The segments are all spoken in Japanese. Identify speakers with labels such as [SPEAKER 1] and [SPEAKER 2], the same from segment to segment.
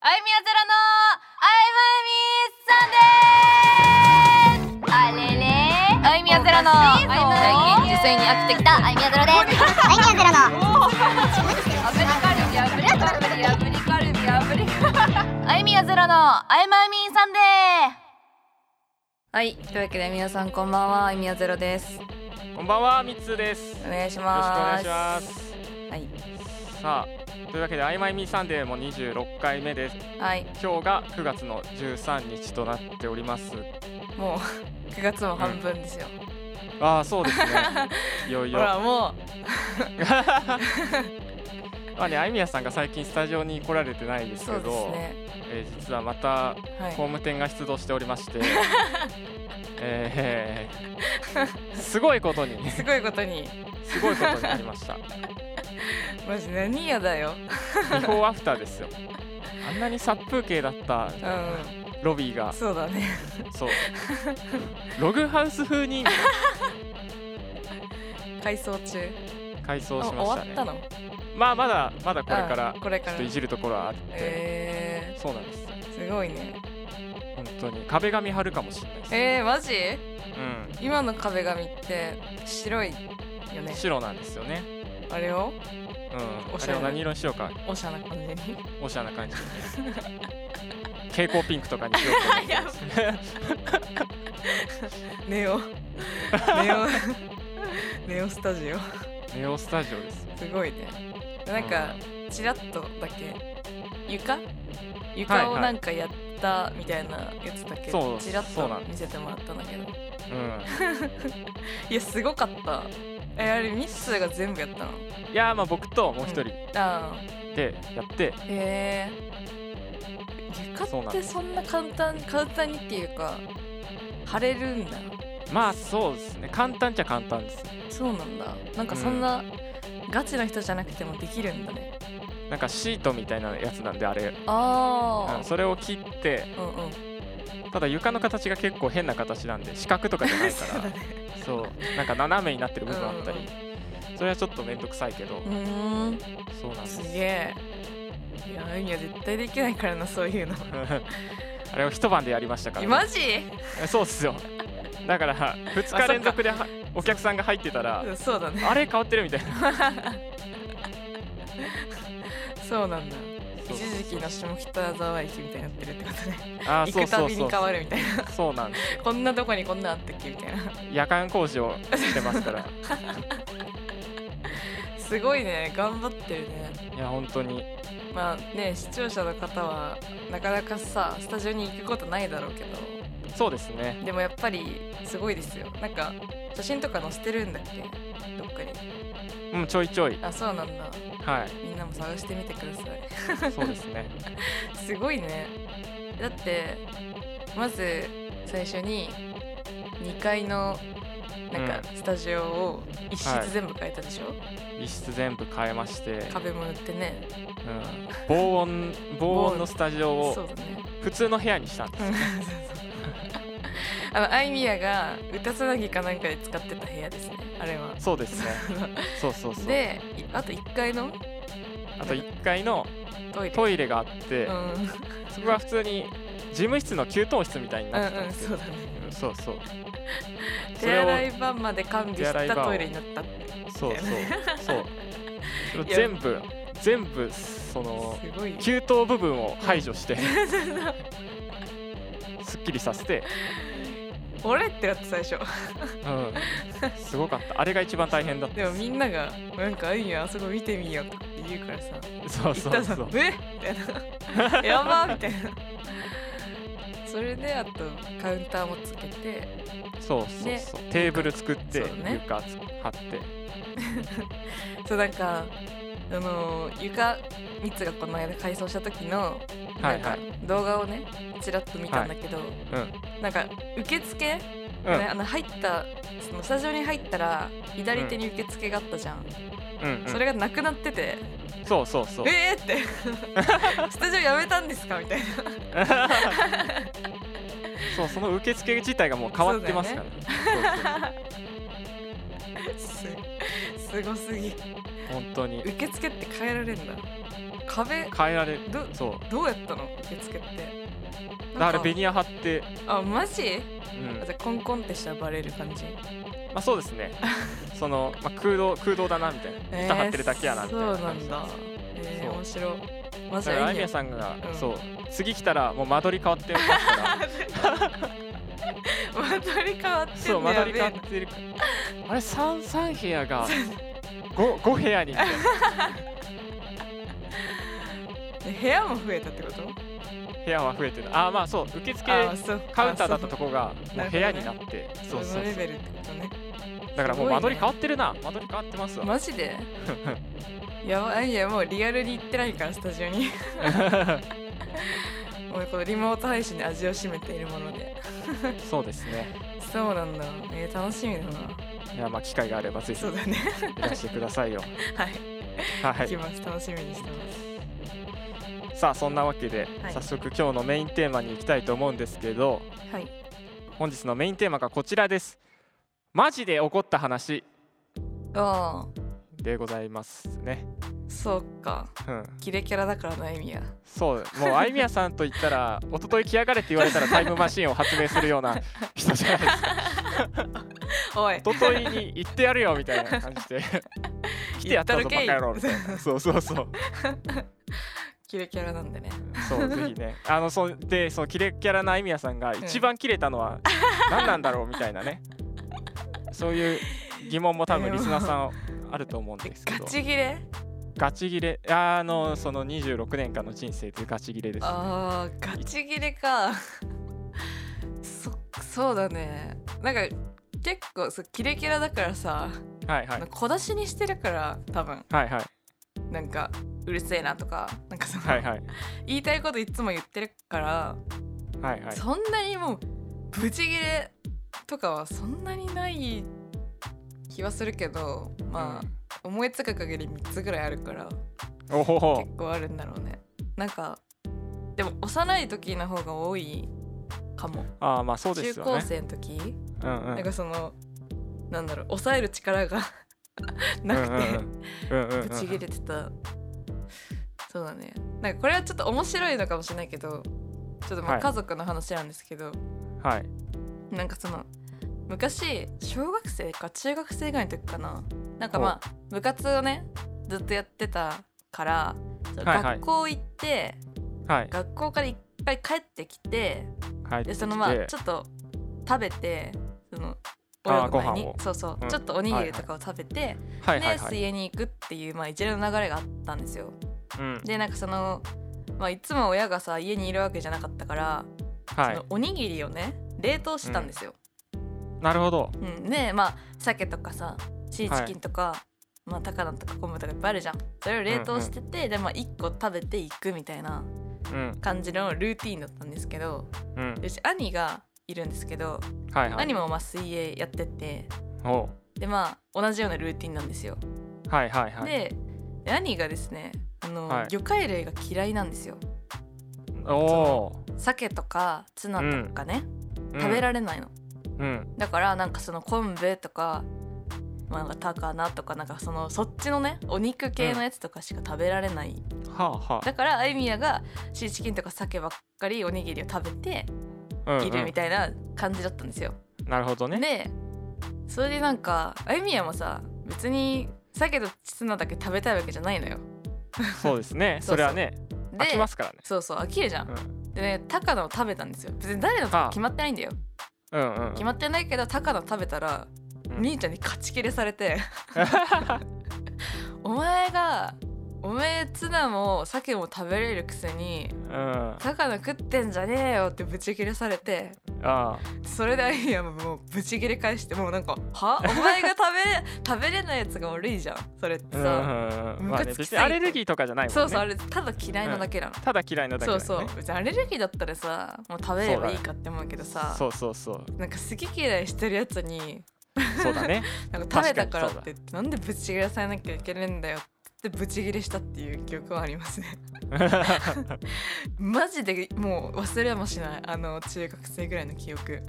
[SPEAKER 1] あゆみやゼロのあいまゆみさんですあれれあゆみやゼロのあいまゆみ実際に飽きてきたあゆみやゼロです
[SPEAKER 2] アイニャンゼロの
[SPEAKER 1] アブリカルビアブリカルビアブリカルビアブリカルあゆみやゼロのあいまゆみさんではい、というわけで皆さんこんばんは、あゆみやゼロです
[SPEAKER 3] こんばんは、みっつーです。よ
[SPEAKER 1] お願いし
[SPEAKER 3] ろしくお
[SPEAKER 1] ま
[SPEAKER 3] 願い
[SPEAKER 1] す
[SPEAKER 3] します。
[SPEAKER 1] はい、
[SPEAKER 3] さあ、というわけで、あいまいみサンデーも26回目です。
[SPEAKER 1] はい、
[SPEAKER 3] 今日が9月の13日となっております。
[SPEAKER 1] もう9月も半分ですよ、
[SPEAKER 3] ああ、そうです ね。いよい
[SPEAKER 1] ほ
[SPEAKER 3] よ。
[SPEAKER 1] らも
[SPEAKER 3] まあね、あいみやさんが最近スタジオに来られてないで
[SPEAKER 1] う
[SPEAKER 3] す
[SPEAKER 1] そ
[SPEAKER 3] け
[SPEAKER 1] うです
[SPEAKER 3] ど、
[SPEAKER 1] ね
[SPEAKER 3] えー実はまた
[SPEAKER 1] はい
[SPEAKER 3] 工務店が出動しており まして、えーすごいことに、
[SPEAKER 1] すごいことに
[SPEAKER 3] すごいことになりました。
[SPEAKER 1] マジ何やだよ
[SPEAKER 3] ビフォーアフターですよ。あんなに殺風景だった
[SPEAKER 1] う
[SPEAKER 3] ロビーが
[SPEAKER 1] ん、そうだね
[SPEAKER 3] そうログハウス風に
[SPEAKER 1] 改装中
[SPEAKER 3] 改装
[SPEAKER 1] あ
[SPEAKER 3] しまし
[SPEAKER 1] 終
[SPEAKER 3] た
[SPEAKER 1] わっ
[SPEAKER 3] ね
[SPEAKER 1] たの
[SPEAKER 3] まあまだまだこれから
[SPEAKER 1] あこれ
[SPEAKER 3] ち
[SPEAKER 1] か
[SPEAKER 3] ょっ
[SPEAKER 1] ら
[SPEAKER 3] といじるところはあって、
[SPEAKER 1] え
[SPEAKER 3] そうなんです
[SPEAKER 1] ー、すごいね
[SPEAKER 3] 本当に壁紙貼るかもしれないです、
[SPEAKER 1] えー、マジ
[SPEAKER 3] う
[SPEAKER 1] 今の壁紙って白いよね
[SPEAKER 3] ん、白なんですよね、
[SPEAKER 1] あれを
[SPEAKER 3] うん、
[SPEAKER 1] お
[SPEAKER 3] あ
[SPEAKER 1] しゃれ
[SPEAKER 3] れを何色にしようか
[SPEAKER 1] おしゃな感じに
[SPEAKER 3] おしゃれな感じに蛍光ピンクとかにしようと思ってます
[SPEAKER 1] ネ オネオネオスタジオ
[SPEAKER 3] ネオスタジオです
[SPEAKER 1] すごいねなんかちらっとだけ床床をなんかやったみたいなやつだけ
[SPEAKER 3] そう
[SPEAKER 1] ちらっ
[SPEAKER 3] そ
[SPEAKER 1] と
[SPEAKER 3] うなんです
[SPEAKER 1] 見せてもらったんだけど
[SPEAKER 3] う
[SPEAKER 1] いやすごかったえあれミッツーが全部やったの
[SPEAKER 3] ん、いやーまあ僕ともう一人
[SPEAKER 1] ああ
[SPEAKER 3] でやって、
[SPEAKER 1] へえ
[SPEAKER 3] そ
[SPEAKER 1] 床
[SPEAKER 3] うな
[SPEAKER 1] っ
[SPEAKER 3] ん
[SPEAKER 1] て
[SPEAKER 3] で
[SPEAKER 1] そんな簡単簡単にっていうか貼れるんだ
[SPEAKER 3] まあそうですね簡単っちゃ簡単です
[SPEAKER 1] そうなんだなんかそんな、ガチの人じゃなくてもできるんだね
[SPEAKER 3] なんかシートみたいなやつなんであれ、
[SPEAKER 1] あ
[SPEAKER 3] う
[SPEAKER 1] あ
[SPEAKER 3] ん、それを切って
[SPEAKER 1] うんうん
[SPEAKER 3] ただ床の形が結構変な形なんで四角とかじゃないか
[SPEAKER 1] そうだ
[SPEAKER 3] ら
[SPEAKER 1] ね
[SPEAKER 3] そう,、なんか斜めになってる部分あったり
[SPEAKER 1] うん
[SPEAKER 3] それはちょっと面倒くさいけど、
[SPEAKER 1] うーん
[SPEAKER 3] そうなんで
[SPEAKER 1] す
[SPEAKER 3] す
[SPEAKER 1] げえいやあゆみは絶対できないからなそういうの
[SPEAKER 3] あれを一晩でやりましたから、
[SPEAKER 1] マジ
[SPEAKER 3] えそうっすよだから2日連続ではお客さんが入ってたら
[SPEAKER 1] うんそうだね
[SPEAKER 3] あれ変わってるみたいな
[SPEAKER 1] そうなんだ
[SPEAKER 3] そう
[SPEAKER 1] 一時期の下北沢駅みたいになってるってことね
[SPEAKER 3] あー
[SPEAKER 1] 行
[SPEAKER 3] そう
[SPEAKER 1] くた
[SPEAKER 3] そう
[SPEAKER 1] び
[SPEAKER 3] そ
[SPEAKER 1] に
[SPEAKER 3] う
[SPEAKER 1] 変わるみたいな
[SPEAKER 3] そうなんです
[SPEAKER 1] こんなとこにこんなんあったっけみたいな
[SPEAKER 3] 夜間工事をしてますから
[SPEAKER 1] すごいね頑張ってるね
[SPEAKER 3] いや本当に
[SPEAKER 1] まあね視聴者の方はなかなかさスタジオに行くことないだろうけど
[SPEAKER 3] そうですね
[SPEAKER 1] でもやっぱりすごいですよなんか写真とか載せてるんだっけどっかに
[SPEAKER 3] うんちょいちょい
[SPEAKER 1] あそうなんだ
[SPEAKER 3] は
[SPEAKER 1] みんなも探してみてください
[SPEAKER 3] いそうですね
[SPEAKER 1] すごいねだってまず最初に2階のなんかスタジオを一
[SPEAKER 3] は
[SPEAKER 1] 室
[SPEAKER 3] い
[SPEAKER 1] 全部変えたでしょ、
[SPEAKER 3] 一室全部変えまして、
[SPEAKER 1] 壁も塗ってね
[SPEAKER 3] うん、防音防音のスタジオを
[SPEAKER 1] そうだね
[SPEAKER 3] 普通の部屋にしたんです、
[SPEAKER 1] あのアイミヤが歌つなぎかなんかで使ってた部屋ですねあれは。
[SPEAKER 3] そ うですねそうそうそう
[SPEAKER 1] でいあと1階の
[SPEAKER 3] あと1階の
[SPEAKER 1] トイレ。
[SPEAKER 3] トイレがあって、
[SPEAKER 1] うん、うんうん
[SPEAKER 3] そこが普通に事務室の給湯室みたいになってたんで
[SPEAKER 1] そ
[SPEAKER 3] すよ、
[SPEAKER 1] うだね
[SPEAKER 3] うんそうそうそ
[SPEAKER 1] 手
[SPEAKER 3] れを
[SPEAKER 1] 洗い場まで完備し
[SPEAKER 3] 手洗い
[SPEAKER 1] た
[SPEAKER 3] 場を
[SPEAKER 1] トイレになったって
[SPEAKER 3] そうそう そうそれを
[SPEAKER 1] いや
[SPEAKER 3] 全部全部その
[SPEAKER 1] すごい
[SPEAKER 3] 給湯部分を排除して すっきりさせて、
[SPEAKER 1] 俺ってなって最初
[SPEAKER 3] うん、すご かったあれが一番大変だった
[SPEAKER 1] でもみんなが「なんかアイミヤあそこ見てみよ」って言うからさ
[SPEAKER 3] そ
[SPEAKER 1] 行
[SPEAKER 3] うそ
[SPEAKER 1] っ
[SPEAKER 3] う
[SPEAKER 1] た
[SPEAKER 3] そ
[SPEAKER 1] さ
[SPEAKER 3] う
[SPEAKER 1] 「えみ たいな「やば」みたいなそれであとカウンターもつけて
[SPEAKER 3] そうそうそうテーブル作って
[SPEAKER 1] そうだね
[SPEAKER 3] 床つ張って
[SPEAKER 1] そうなんかあのー床みつがこの間改装した時の
[SPEAKER 3] は
[SPEAKER 1] な
[SPEAKER 3] いは
[SPEAKER 1] いんか動画をねちらっと見たんだけど、なんか受付、
[SPEAKER 3] うん
[SPEAKER 1] ねあの入ったそのスタジオに入ったら左手に受付があったじゃん、
[SPEAKER 3] うんうん
[SPEAKER 1] それがなくなってて
[SPEAKER 3] そうそうそ
[SPEAKER 1] 「
[SPEAKER 3] う
[SPEAKER 1] えー!」って 「スタジオやめたんですか?」みたいな
[SPEAKER 3] そうその受付自体がもう変わってますからね
[SPEAKER 1] すすごすぎ
[SPEAKER 3] そうそう本当に
[SPEAKER 1] 受付って変えられんだ壁
[SPEAKER 3] 変えられる
[SPEAKER 1] ど
[SPEAKER 3] そ
[SPEAKER 1] どうやったの受付って
[SPEAKER 3] うだからベ
[SPEAKER 1] なん
[SPEAKER 3] ニヤ貼って、
[SPEAKER 1] あマジ
[SPEAKER 3] うん
[SPEAKER 1] あじゃあコンコンってしたらバレる感じ
[SPEAKER 3] まあそうで すねその、まあ、空洞空洞だなみたいな
[SPEAKER 1] え
[SPEAKER 3] 板張ってるだけやなみたいな、
[SPEAKER 1] そうなんだえー、
[SPEAKER 3] そう
[SPEAKER 1] 面白いマジ
[SPEAKER 3] だから
[SPEAKER 1] で
[SPEAKER 3] あい
[SPEAKER 1] い
[SPEAKER 3] み
[SPEAKER 1] い
[SPEAKER 3] や
[SPEAKER 1] ね
[SPEAKER 3] さんが、
[SPEAKER 1] うん
[SPEAKER 3] そう次来たらもう間取り変わってますか ら
[SPEAKER 1] 間取り変わってん
[SPEAKER 3] そう
[SPEAKER 1] の
[SPEAKER 3] 間
[SPEAKER 1] や
[SPEAKER 3] 取り
[SPEAKER 1] べ
[SPEAKER 3] 変
[SPEAKER 1] え
[SPEAKER 3] わってるからあれ三三部 屋が五五部屋にみたいな
[SPEAKER 1] なで部屋も増えたってこと
[SPEAKER 3] 部屋は増えてるあーまあそう受付
[SPEAKER 1] あそう
[SPEAKER 3] カウンターだった
[SPEAKER 1] あ
[SPEAKER 3] とこがもう部屋になって
[SPEAKER 1] そ
[SPEAKER 3] そうう
[SPEAKER 1] そ
[SPEAKER 3] そう
[SPEAKER 1] のレ
[SPEAKER 3] そ
[SPEAKER 1] ベルってことね
[SPEAKER 3] うだからもう
[SPEAKER 1] すごいね
[SPEAKER 3] 間取り変わってるな間取り変わってますわ
[SPEAKER 1] マジ でやばいいやもうリアルに行ってないからスタジオ にもうこのリモート配信で味を占めているもので
[SPEAKER 3] そうですね
[SPEAKER 1] そうなんだえー、楽しみだない
[SPEAKER 3] やまあ機会があればぜひ
[SPEAKER 1] そう
[SPEAKER 3] い
[SPEAKER 1] だね
[SPEAKER 3] らしてくださいよ
[SPEAKER 1] はい
[SPEAKER 3] は
[SPEAKER 1] 行き
[SPEAKER 3] い
[SPEAKER 1] ます楽しみにしてます
[SPEAKER 3] さあそんなわけで
[SPEAKER 1] はい
[SPEAKER 3] 早速今日のメインテーマに行きたいと思うんですけど
[SPEAKER 1] はい
[SPEAKER 3] 本日のメインテーマがこちらですマジで起こった話
[SPEAKER 1] あ
[SPEAKER 3] でございますね
[SPEAKER 1] あそうか
[SPEAKER 3] うん
[SPEAKER 1] キレキャラだからな意味や
[SPEAKER 3] そうもうあいみやさんと言ったら「一昨日来やがれ」って言われたらタイムマシンを発明するような人じゃないですか
[SPEAKER 1] おい
[SPEAKER 3] 一昨日に行ってやるよみたいな感じで 来てやったぞバカ野郎みたいなそうそうそう
[SPEAKER 1] キレキャラなんでね
[SPEAKER 3] そうぜひねあのそうでそうキレキャラなあいみやさんが一番キレたのは何なんだろうみたいなねそういう疑問も多分リスナーさんあると思うんですけ
[SPEAKER 1] ガ
[SPEAKER 3] ど
[SPEAKER 1] チギレ
[SPEAKER 3] ガチギレあのその26年間の人生というガチギレです
[SPEAKER 1] あーガチギレか そそうだねなんか結構そうキレキャラだからさ、
[SPEAKER 3] はいはい
[SPEAKER 1] 小出しにしてるから多分
[SPEAKER 3] はいはい
[SPEAKER 1] なんかうるせえなとかなんかその、
[SPEAKER 3] はいはい
[SPEAKER 1] 言いたいこといつも言ってるから、
[SPEAKER 3] はいはい
[SPEAKER 1] そんなにもうブチギレとかはそんなにない気はするけどまあ、思いつく限り3つぐらいあるから
[SPEAKER 3] うんおほほ
[SPEAKER 1] 結構あるんだろうねなんかでも幼い時の方が多いかも、
[SPEAKER 3] ああまあそうで
[SPEAKER 1] 中
[SPEAKER 3] すよ
[SPEAKER 1] 高
[SPEAKER 3] ね
[SPEAKER 1] 生の時、
[SPEAKER 3] うんうん
[SPEAKER 1] なんかそのなんだろう抑える力が なくて、
[SPEAKER 3] うんうんうんうんうんうん
[SPEAKER 1] ぶち切れてたそうだねなんかこれはちょっと面白いのかもしれないけどちょっとま
[SPEAKER 3] は
[SPEAKER 1] あ
[SPEAKER 3] い
[SPEAKER 1] 家族の話なんですけど、
[SPEAKER 3] はい
[SPEAKER 1] なんかその昔小学生か中学生ぐらいの時かななんかまあ部活をねずっとやってたからその
[SPEAKER 3] はいはい
[SPEAKER 1] 学校行って、
[SPEAKER 3] はい
[SPEAKER 1] 学校からいっぱい帰ってきて
[SPEAKER 3] 帰って
[SPEAKER 1] で
[SPEAKER 3] き
[SPEAKER 1] そ
[SPEAKER 3] て
[SPEAKER 1] のまあちょっと食べてその
[SPEAKER 3] あー
[SPEAKER 1] 泳ぐ前に
[SPEAKER 3] ご飯を
[SPEAKER 1] そうそう、
[SPEAKER 3] うん
[SPEAKER 1] ちょっとおにぎりとかを食べて、
[SPEAKER 3] はいはい
[SPEAKER 1] で
[SPEAKER 3] はい
[SPEAKER 1] 水泳に行くっていう、まあ、一連の流れがあったんですよ。
[SPEAKER 3] うん
[SPEAKER 1] でなんかその、まあ、いつも親がさ家にいるわけじゃなかったから、
[SPEAKER 3] はい
[SPEAKER 1] そのおにぎりをね冷凍してたんですよ。
[SPEAKER 3] なるほど
[SPEAKER 1] うんでまあ鮭とかさシーチキンとか、まあ、高菜とか昆布とかいっぱいあるじゃんそれを冷凍してて、でまあ1個食べていくみたいな
[SPEAKER 3] うん
[SPEAKER 1] 感じのルーティンだったんですけど
[SPEAKER 3] うん
[SPEAKER 1] うち兄がいるんですけど、
[SPEAKER 3] はいはい
[SPEAKER 1] 兄もまあ水泳やってて
[SPEAKER 3] お
[SPEAKER 1] でまあ同じようなルーティンなんですよ。
[SPEAKER 3] はいはいはい
[SPEAKER 1] で兄がですねあの、
[SPEAKER 3] はい
[SPEAKER 1] 魚介類が嫌いなんですよ
[SPEAKER 3] おお
[SPEAKER 1] 鮭とかツナとかね、
[SPEAKER 3] ー
[SPEAKER 1] 食べられないの、
[SPEAKER 3] うん
[SPEAKER 1] だからなんかその昆布とか,、まあ、なんか高菜とかなんかそのそっちのねお肉系のやつとかしか食べられない、
[SPEAKER 3] うんはあは
[SPEAKER 1] だからあゆみやがシーチキンとか鮭ばっかりおにぎりを食べて
[SPEAKER 3] あうん
[SPEAKER 1] いるみ
[SPEAKER 3] う
[SPEAKER 1] たいな感じだったんですよ、
[SPEAKER 3] んなるほどね
[SPEAKER 1] でそれでなんかあゆみやもさ別に鮭とツナだけ食べたいわけじゃないのよ
[SPEAKER 3] そうです ね
[SPEAKER 1] そうそう
[SPEAKER 3] それはね
[SPEAKER 1] で
[SPEAKER 3] 飽きますからね
[SPEAKER 1] そうそう飽きるじゃん
[SPEAKER 3] うん
[SPEAKER 1] でね高菜を食べたんですよ別に誰のとか決まってないんだよ
[SPEAKER 3] うんうん
[SPEAKER 1] 決まってないけど高菜食べたら、
[SPEAKER 3] うん
[SPEAKER 1] 兄ちゃんに勝ち切れされ てお前がお前ツナも鮭も食べれるくせに
[SPEAKER 3] うんあ
[SPEAKER 1] 高菜食ってんじゃねえよってブチ切れされて
[SPEAKER 3] あ
[SPEAKER 1] それでアイアムもうブチ切れ返してもうなんか「はお前が食べれ 食べれないやつが悪いじゃんそれって
[SPEAKER 3] うん
[SPEAKER 1] さ、
[SPEAKER 3] うんうん
[SPEAKER 1] ム
[SPEAKER 3] まあ
[SPEAKER 1] カ
[SPEAKER 3] ね
[SPEAKER 1] つき
[SPEAKER 3] 別
[SPEAKER 1] すぎて
[SPEAKER 3] にアレルギーとかじゃないもんね
[SPEAKER 1] そうそうあれただ嫌いなだけなの、
[SPEAKER 3] ただ嫌いなだ
[SPEAKER 1] そ
[SPEAKER 3] けだ
[SPEAKER 1] う
[SPEAKER 3] よね
[SPEAKER 1] そう別にアレルギーだったらさもう食べればいいかって思うけどさ
[SPEAKER 3] そうそうそう
[SPEAKER 1] なんか好き嫌いしてるやつに
[SPEAKER 3] そ うだね
[SPEAKER 1] なんか食べたからっ
[SPEAKER 3] 確か
[SPEAKER 1] て言ってなんでブチ切れされなきゃいけないんだよってブチ切れしたっていう記憶はあり ますねマジでもう忘れもしないあの中学生ぐらいの記憶
[SPEAKER 3] へ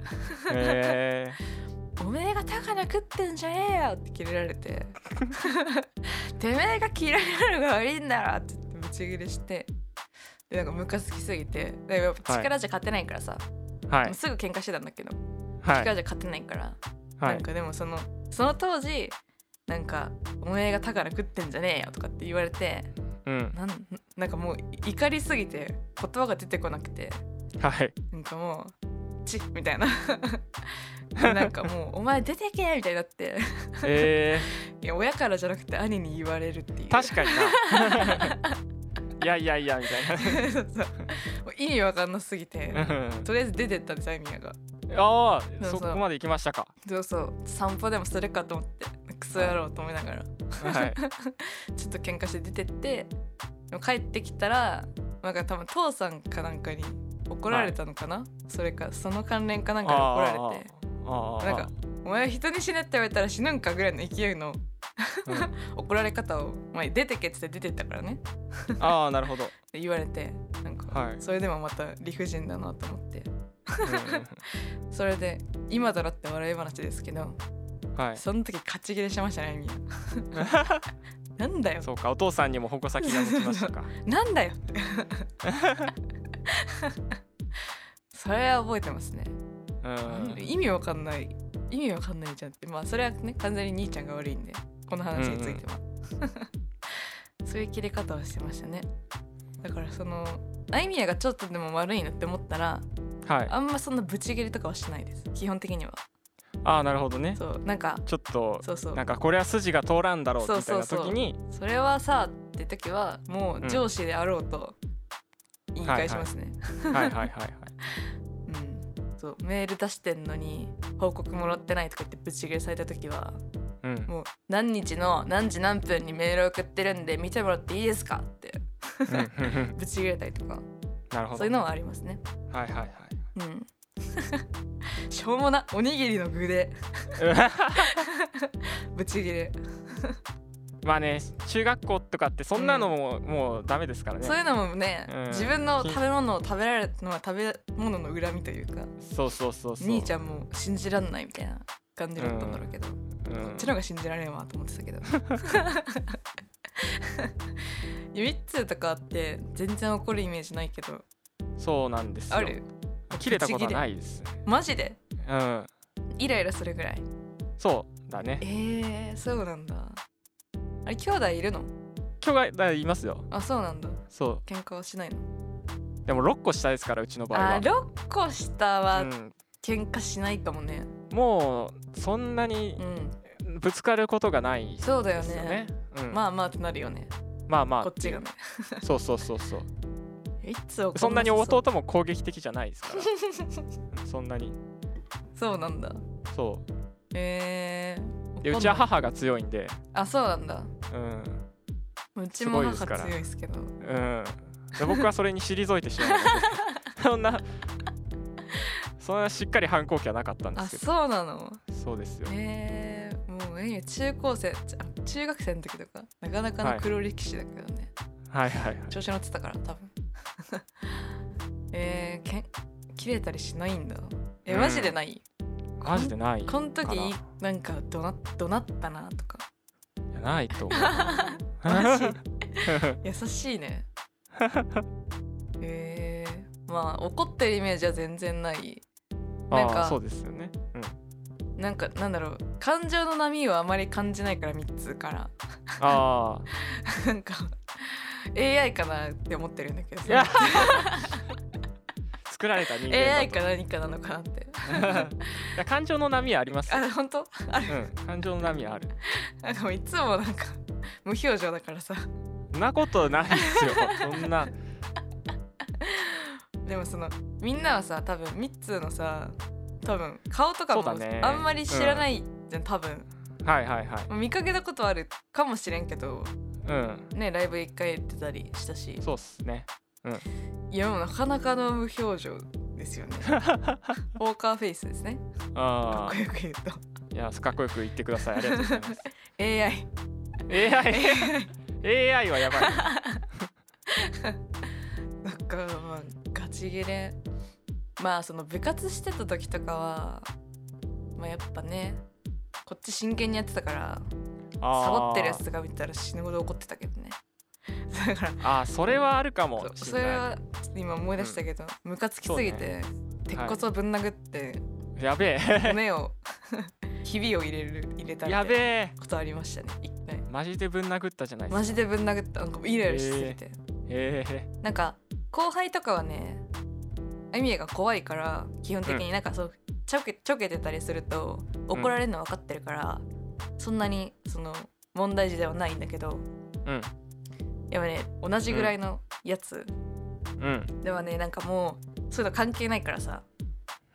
[SPEAKER 3] え
[SPEAKER 1] 「おめえが高菜食ってんじゃね えよ!」って切れられて「てめえが嫌いなのが悪いんだろ!」って言ってブチチギレしてでなんかムカつきすぎてでやっぱ力じゃ勝てないからさ、
[SPEAKER 3] は
[SPEAKER 1] もう
[SPEAKER 3] い
[SPEAKER 1] すぐ喧嘩してたんだけど、
[SPEAKER 3] はい
[SPEAKER 1] 力じゃ勝てないから、
[SPEAKER 3] は
[SPEAKER 1] ないんかでもそのその当時なんか「お前が宝食ってんじゃねえよ」とかって言われて
[SPEAKER 3] うん
[SPEAKER 1] なんなんかもう怒りすぎて言葉が出てこなくて
[SPEAKER 3] はい
[SPEAKER 1] なんかもう「チッ」みたいな でなんかもう「お前出てけ!」みたいになって
[SPEAKER 3] え
[SPEAKER 1] いや親からじゃなくて兄に言われるっていう
[SPEAKER 3] ー、確かに ないやいやいやみた
[SPEAKER 1] そうそうもう意味わかんなすぎて
[SPEAKER 3] いなうん
[SPEAKER 1] とりあえず出てったんですよミヤが
[SPEAKER 3] ああ
[SPEAKER 1] そうそ
[SPEAKER 3] そうこまで行きましたか
[SPEAKER 1] そうそう散歩でもするかと思ってクソ野郎と思いながら
[SPEAKER 3] はい
[SPEAKER 1] ちょっと喧嘩して出てってでも帰ってきたらなんか多分父さんかなんかに怒られたのかな、それかその関連かなんかで怒られて
[SPEAKER 3] あーあーあー
[SPEAKER 1] なんか「お前は人に死ねって言われたら死ぬんか」ぐらいの勢いの
[SPEAKER 3] うん
[SPEAKER 1] 怒られ方を「お前出てけ」っつって出てったからね
[SPEAKER 3] あーなるほど、
[SPEAKER 1] で言われてなんか、
[SPEAKER 3] はい
[SPEAKER 1] それでもまた理不尽だなと思って
[SPEAKER 3] う
[SPEAKER 1] それで今となって笑い話ですけど
[SPEAKER 3] んはい
[SPEAKER 1] その時勝ち切れしましたねみんな なんだよ
[SPEAKER 3] そうかお父さんにも矛先が向き ましたか
[SPEAKER 1] なん だよってそれは覚えてますね、
[SPEAKER 3] うん
[SPEAKER 1] 意味わかんない意味わかんないじゃんってまあそれはね完全に兄ちゃんが悪いんでこの話については、 そういう切れ方をしてましたねだからそのあいみやがちょっとでも悪いなって思ったら
[SPEAKER 3] はい
[SPEAKER 1] あんまそんなブチギレとかはしないです基本的には
[SPEAKER 3] ああなるほどね
[SPEAKER 1] そうなんか
[SPEAKER 3] ちょっと
[SPEAKER 1] そうそう
[SPEAKER 3] なんかこれは筋が通らんだろうみたいな時に
[SPEAKER 1] それはさって時はもう上司であろうと言い返しますね、
[SPEAKER 3] はいはいはいはい
[SPEAKER 1] うん、そうメール出してんのに報告もらってないとか言ってブチ切れされた時は
[SPEAKER 3] うん
[SPEAKER 1] もう何日の何時何分にメール送ってるんで見てもらっていいですかって
[SPEAKER 3] うんうんうん
[SPEAKER 1] ブチ切れたりとか
[SPEAKER 3] なるほど
[SPEAKER 1] そういうのはありますね
[SPEAKER 3] はいはいはい
[SPEAKER 1] うん しょうもなおにぎりの具でブチ切れ
[SPEAKER 3] まあね中学校とかってそんなのも、もうダメですからね
[SPEAKER 1] そういうのもね、
[SPEAKER 3] うん
[SPEAKER 1] 自分の食べ物を食べられるのは食べ物の恨みというか
[SPEAKER 3] そうそうそうそう
[SPEAKER 1] 兄ちゃんも信じらんないみたいな感じだったんだろうけど、
[SPEAKER 3] うん
[SPEAKER 1] こっちの方が信じられんわと思ってたけどユミッツーとかって全然怒るイメージないけど
[SPEAKER 3] そうなんですよ
[SPEAKER 1] ある
[SPEAKER 3] 切れたことはないですね
[SPEAKER 1] マジで
[SPEAKER 3] うん
[SPEAKER 1] イライラするぐらい
[SPEAKER 3] そうだね
[SPEAKER 1] えー、そうなんだあれ兄弟いるの
[SPEAKER 3] 今日がだいますよ
[SPEAKER 1] あそうなんだ
[SPEAKER 3] そ
[SPEAKER 1] 喧嘩はしないの
[SPEAKER 3] うでも6個下ですからうちの場合は
[SPEAKER 1] あ6個下は
[SPEAKER 3] うん、
[SPEAKER 1] 喧嘩しないかもね
[SPEAKER 3] もうそんなに
[SPEAKER 1] うん、
[SPEAKER 3] ぶつかることがないです
[SPEAKER 1] そうだよ
[SPEAKER 3] よ
[SPEAKER 1] ね
[SPEAKER 3] ねうん
[SPEAKER 1] まあまあってなるよね
[SPEAKER 3] まあまあ
[SPEAKER 1] こっちがね
[SPEAKER 3] そうそうそ うそう
[SPEAKER 1] いつ怒
[SPEAKER 3] そんなに
[SPEAKER 1] さそう
[SPEAKER 3] 弟も攻撃的じゃないですからそんなに
[SPEAKER 1] そうなんだ
[SPEAKER 3] そ
[SPEAKER 1] え
[SPEAKER 3] う
[SPEAKER 1] ー、
[SPEAKER 3] で
[SPEAKER 1] 怒
[SPEAKER 3] うんち
[SPEAKER 1] ない
[SPEAKER 3] は母が強いんで
[SPEAKER 1] あそうなんだ
[SPEAKER 3] うん
[SPEAKER 1] うちも
[SPEAKER 3] すごいです
[SPEAKER 1] 母
[SPEAKER 3] から
[SPEAKER 1] 強いですけど
[SPEAKER 3] うんで僕はそれに退いてし まうのでそんなそんなしっかり反抗期はなかったんで
[SPEAKER 1] あ
[SPEAKER 3] すけど
[SPEAKER 1] そうなの
[SPEAKER 3] そうですよ
[SPEAKER 1] えー、もうええよ中高生ちあ中学生の時とかなかなか
[SPEAKER 3] は
[SPEAKER 1] の
[SPEAKER 3] い
[SPEAKER 1] 黒歴史だけどね、
[SPEAKER 3] はいはいはい
[SPEAKER 1] 調子乗ってたから多分 えー、けん切れたりしないんだえ
[SPEAKER 3] うん
[SPEAKER 1] マジでない、
[SPEAKER 3] マジでない
[SPEAKER 1] この時
[SPEAKER 3] か
[SPEAKER 1] な
[SPEAKER 3] な
[SPEAKER 1] んかどなどなったなとか
[SPEAKER 3] いやない と 思う
[SPEAKER 1] マジ優しい ねえー、まあ怒ってるイメージは全然ないなんか
[SPEAKER 3] ああそうですよねうん
[SPEAKER 1] なんかなんだろう感情の波をあまり感じないから3つから
[SPEAKER 3] ああ
[SPEAKER 1] なんか AI かなって思ってるんだけど
[SPEAKER 3] いや
[SPEAKER 1] さ
[SPEAKER 3] 作られた人間だ
[SPEAKER 1] AI
[SPEAKER 3] と
[SPEAKER 1] か何かなのかなって
[SPEAKER 3] いや感情の波はありますよ
[SPEAKER 1] あ本当あれ
[SPEAKER 3] うん感情の波はある
[SPEAKER 1] なんかもういつもなんか無表情だからさ
[SPEAKER 3] そんなことないで すよそんな
[SPEAKER 1] でもそのみんなはさ多分ミッツーのさ多分顔とかも
[SPEAKER 3] そうだね
[SPEAKER 1] あんまり知らないじゃん、多分
[SPEAKER 3] はいはいはい
[SPEAKER 1] 見かけたことあるかもしれんけど
[SPEAKER 3] うん
[SPEAKER 1] ねライブ一回出たりしたし
[SPEAKER 3] そうっすね
[SPEAKER 1] いやもうなかなかの無表情です よねポーカーフェイスですねか
[SPEAKER 3] あ
[SPEAKER 1] っこよく言うと
[SPEAKER 3] あいやかっこよく言ってくださいありがとうございます
[SPEAKER 1] AI
[SPEAKER 3] AI AI は やばい
[SPEAKER 1] なんかまあガチギレまあその部活してた時とかはまあやっぱねこっち真剣にやってたからサボってるやつとか見たら死ぬほど怒ってたけどねだから
[SPEAKER 3] あーそれはあるかも
[SPEAKER 1] そ
[SPEAKER 3] し
[SPEAKER 1] そ
[SPEAKER 3] れ
[SPEAKER 1] れ
[SPEAKER 3] な
[SPEAKER 1] はちょっと今思い出したけど、ムカつきすぎて、鉄骨をぶん殴って、
[SPEAKER 3] いやべ
[SPEAKER 1] 骨 をひびを入れる入れた
[SPEAKER 3] え
[SPEAKER 1] み
[SPEAKER 3] や
[SPEAKER 1] たい
[SPEAKER 3] べ
[SPEAKER 1] な
[SPEAKER 3] え
[SPEAKER 1] ことありましたね一回
[SPEAKER 3] マジでぶん殴ったじゃないで
[SPEAKER 1] マ
[SPEAKER 3] すか
[SPEAKER 1] ジでぶん殴ったなんかイライラしすぎて、
[SPEAKER 3] ええ
[SPEAKER 1] なんか後輩とかはねエミエが怖いから基本的になんかそう、ちょけちょけてたりすると怒られるの分かってるから、そんなにその問題児ではないんだけど
[SPEAKER 3] うん
[SPEAKER 1] やっぱね同じぐらいのやつ
[SPEAKER 3] うん
[SPEAKER 1] ではねなんかもうそういうの関係ないからさ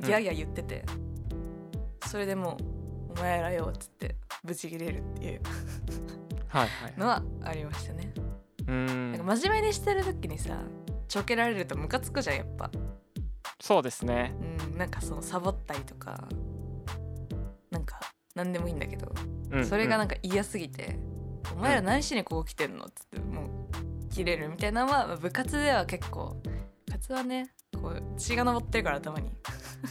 [SPEAKER 3] うん
[SPEAKER 1] ギャーギャー言ってて、それでもう「お前らよ」っつってブチ切れるっていう
[SPEAKER 3] はいはい
[SPEAKER 1] のはありましたね。
[SPEAKER 3] う
[SPEAKER 1] なん
[SPEAKER 3] ん
[SPEAKER 1] か真面目にしてる時にさちょけられるとムカつくじゃんやっぱ。
[SPEAKER 3] そうですね
[SPEAKER 1] うん、なんかそのサボったりとかなんか何でもいいんだけど、
[SPEAKER 3] うん
[SPEAKER 1] それが
[SPEAKER 3] う
[SPEAKER 1] なんんか嫌すぎて「お前ら何しにここ来てんの?」っつってもう切れるみたいなのはまあ部活では結構部活はねこう血が上ってるから頭 に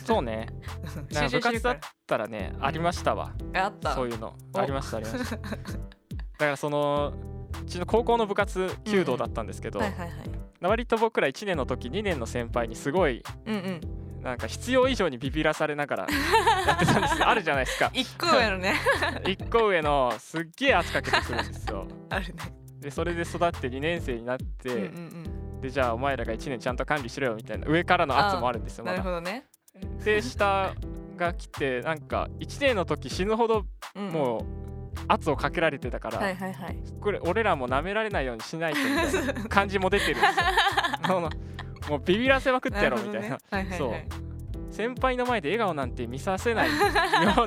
[SPEAKER 3] そうねなん
[SPEAKER 1] 集中
[SPEAKER 3] か
[SPEAKER 1] してるか
[SPEAKER 3] 部活ったらねありましたわ
[SPEAKER 1] らあった
[SPEAKER 3] そういうの
[SPEAKER 1] お
[SPEAKER 3] ありましたありましただからそのうちの高校の部活弓道だったんですけ ど、
[SPEAKER 1] はいはいはい
[SPEAKER 3] 割と僕ら1年の時2年の先輩にすごい
[SPEAKER 1] うんうん
[SPEAKER 3] なんか必要以上にビビらされながらやってた んですあるじゃないですか
[SPEAKER 1] 一個上のね
[SPEAKER 3] 1個上のすっげえ圧かけてくるんですよ
[SPEAKER 1] あるね
[SPEAKER 3] でそれで育って2年生になって、
[SPEAKER 1] うんうん
[SPEAKER 3] でじゃあお前らが1年ちゃんと管理しろよみたいな上からの圧もあるんです
[SPEAKER 1] うん
[SPEAKER 3] よ
[SPEAKER 1] なる
[SPEAKER 3] ま
[SPEAKER 1] ほ
[SPEAKER 3] だ
[SPEAKER 1] どね
[SPEAKER 3] で下が来てなんか1年の時死ぬほど
[SPEAKER 1] うん
[SPEAKER 3] もう圧をかけられてたから、
[SPEAKER 1] はいはいはい
[SPEAKER 3] これ俺らも舐められないようにしないとみたい な感じも出てるんですよそのもうビビらせまくってやろうみたいな
[SPEAKER 1] なるほどねはいはいはい
[SPEAKER 3] 先輩の前で笑顔なんて見させないよ う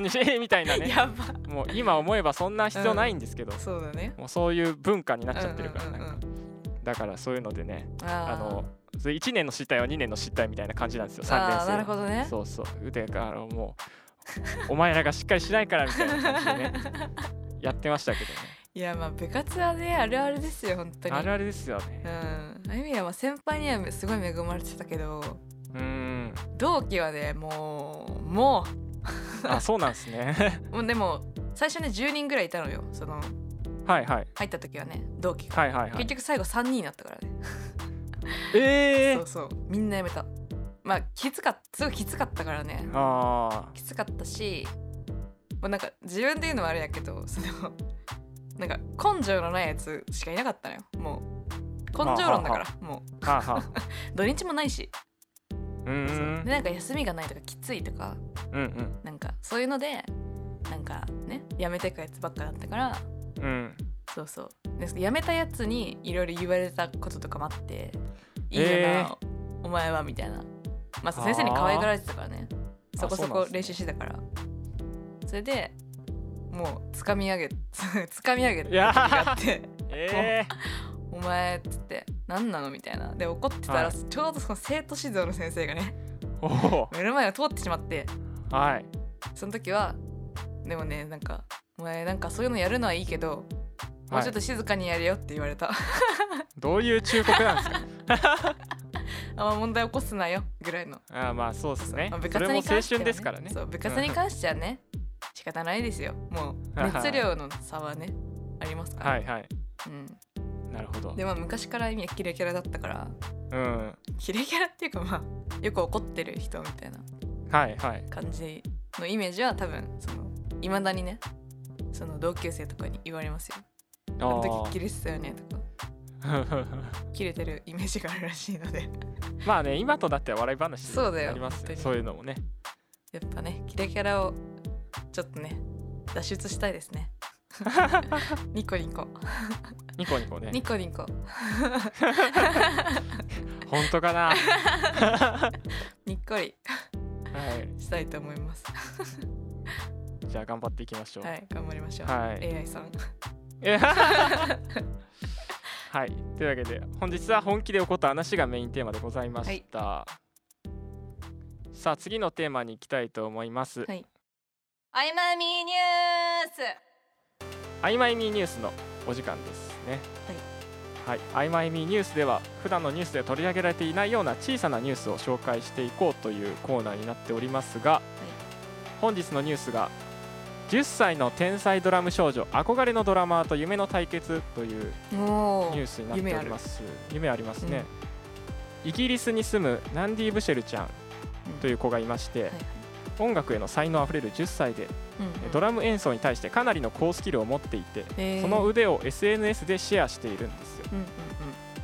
[SPEAKER 3] にみたいなね
[SPEAKER 1] やば
[SPEAKER 3] もう今思えばそんな必要ないんですけど、
[SPEAKER 1] そうだね
[SPEAKER 3] もうそういう文化になっちゃってるから、
[SPEAKER 1] うんうんうん
[SPEAKER 3] なん
[SPEAKER 1] う
[SPEAKER 3] か
[SPEAKER 1] ん
[SPEAKER 3] だからそういうのでね
[SPEAKER 1] あ
[SPEAKER 3] あ
[SPEAKER 1] ー
[SPEAKER 3] のそれ1年の失態は2年の失態みたいな感じなんですよ3年
[SPEAKER 1] あ
[SPEAKER 3] 生
[SPEAKER 1] ーなるほどね
[SPEAKER 3] そうそうだからもうお前らがしっかりしないからみたいな感じでねやってましたけど ね
[SPEAKER 1] いやまあ部活はねあるあるですよ本当に
[SPEAKER 3] あるあるですよね
[SPEAKER 1] うんあゆみはまあ先輩にはすごい恵まれてたけど
[SPEAKER 3] うーん
[SPEAKER 1] 同期はねもうも
[SPEAKER 3] あそうなんですね
[SPEAKER 1] うもうでも最初ね10人ぐらいいたのよその
[SPEAKER 3] はいはい
[SPEAKER 1] 入った時はね同期が、
[SPEAKER 3] はいはいは
[SPEAKER 1] 結
[SPEAKER 3] い
[SPEAKER 1] 局最後3人になったからね、
[SPEAKER 3] え
[SPEAKER 1] そうそうみんな辞めたまあきつかっすごいきつかったからね
[SPEAKER 3] ー、あ
[SPEAKER 1] きつかったしもうなんか自分で言うのもあれやけどそのなんか根性のないやつしかいなかったのよもう根性論だか
[SPEAKER 3] はあは
[SPEAKER 1] らもう
[SPEAKER 3] ーはあは あ
[SPEAKER 1] 土日もないし
[SPEAKER 3] うーん
[SPEAKER 1] でなんか休みがないとかきついとか
[SPEAKER 3] うん
[SPEAKER 1] なんかそういうのでなんかねやめてくやつばっかだったから
[SPEAKER 3] うんうん
[SPEAKER 1] そうそうでやめたやつにいろいろ言われたこととかもあって「いいよな、
[SPEAKER 3] えー
[SPEAKER 1] お前は」みたいなまあ
[SPEAKER 3] あー
[SPEAKER 1] 先生に可愛がられてたからねそこそ
[SPEAKER 3] そうなん
[SPEAKER 1] こ
[SPEAKER 3] ですね
[SPEAKER 1] 練習してたからそ,、れでもう掴み上げ 掴み上げ
[SPEAKER 3] い
[SPEAKER 1] て
[SPEAKER 3] や
[SPEAKER 1] やっ
[SPEAKER 3] ー
[SPEAKER 1] て
[SPEAKER 3] え
[SPEAKER 1] 「お前」っつって「何なの?」みたいなで怒ってたら、
[SPEAKER 3] はい
[SPEAKER 1] ちょうどその生徒指導の先生がね
[SPEAKER 3] ー、おお
[SPEAKER 1] 目の前を通ってしまって
[SPEAKER 3] はい
[SPEAKER 1] その時はでもねなんか「お前なんかそういうのやるのはいいけどもう
[SPEAKER 3] は
[SPEAKER 1] ちょ
[SPEAKER 3] い
[SPEAKER 1] っと静かにやれよ」って言われた「
[SPEAKER 3] どういう忠告なん ですか
[SPEAKER 1] あんま問題起こすなよ」ぐらいの、
[SPEAKER 3] あーまあそうですね
[SPEAKER 1] まあ
[SPEAKER 3] それも青
[SPEAKER 1] 関しては
[SPEAKER 3] 春ですからね
[SPEAKER 1] そう部活に関してはね仕方ないですよもう熱量の差はねありますから、
[SPEAKER 3] はいはい
[SPEAKER 1] うん、
[SPEAKER 3] なるほど
[SPEAKER 1] でも昔から意味はキレキャラだったから
[SPEAKER 3] うん
[SPEAKER 1] キレキャラっていうかまあよく怒ってる人みたいな
[SPEAKER 3] はいはい
[SPEAKER 1] 感じのイメージは多分そのいまだにねその同級生とかに言われますよ。あの時キレてたよねとか切れてるイメージがあるらしいので
[SPEAKER 3] まあね今となっては笑い話
[SPEAKER 1] そうだ
[SPEAKER 3] に
[SPEAKER 1] よ
[SPEAKER 3] なりま
[SPEAKER 1] 本
[SPEAKER 3] す
[SPEAKER 1] 当
[SPEAKER 3] よ
[SPEAKER 1] に
[SPEAKER 3] そういうのもね
[SPEAKER 1] やっぱねキレキャラをちょっとね脱出したいです ねニコニコ
[SPEAKER 3] ニコニコね
[SPEAKER 1] ニコニコ
[SPEAKER 3] 本当か なは
[SPEAKER 1] にっこり
[SPEAKER 3] い
[SPEAKER 1] したいと思います
[SPEAKER 3] じゃあ頑張っていきましょう
[SPEAKER 1] はい頑張りましょう、
[SPEAKER 3] はい
[SPEAKER 1] AI さん
[SPEAKER 3] えはいというわけで本日は本気で起こった話がメインテーマでございました、さあ次のテーマに行きたいと思います、
[SPEAKER 1] はいあいまみニュース
[SPEAKER 3] アイマイミーニュースのお時間ですね。はい、アイマイミーニュースでは普段のニュースでは取り上げられていないような小さなニュースを紹介していこうというコーナーになっておりますが、本日のニュースが10歳の天才ドラム少女憧れのドラマーと夢の対決という
[SPEAKER 1] もう
[SPEAKER 3] ニュースになっております夢ありますね、イギリスに住むナンディ・ブシェルちゃんという子がいまして、
[SPEAKER 1] いはい
[SPEAKER 3] 音楽への才能あふれる10歳で、
[SPEAKER 1] うんうん
[SPEAKER 3] ドラム演奏に対してかなりの高スキルを持っていて、
[SPEAKER 1] えー
[SPEAKER 3] その腕を SNS でシェアしているんですよ
[SPEAKER 1] うんうん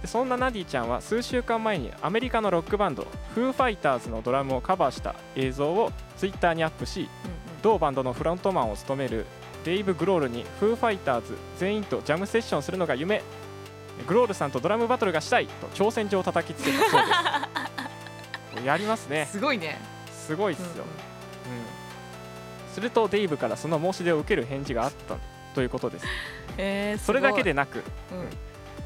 [SPEAKER 3] でそんなナディちゃんは数週間前にアメリカのロックバンドフーファイターズのドラムをカバーした映像をツイッターにアップし
[SPEAKER 1] うん
[SPEAKER 3] 同バンドのフロントマンを務めるデイブ・グロールにフーファイターズ全員とジャムセッションするのが夢グロールさんとドラムバトルがしたいと挑戦状を叩きつけたそうです やります
[SPEAKER 1] うん
[SPEAKER 3] ね
[SPEAKER 1] すごいね
[SPEAKER 3] すごいっすよ、うんするとデイブからその申し出を受ける返事があったということです
[SPEAKER 1] えーす
[SPEAKER 3] そ
[SPEAKER 1] ごい
[SPEAKER 3] れだけでな
[SPEAKER 1] う
[SPEAKER 3] く
[SPEAKER 1] ん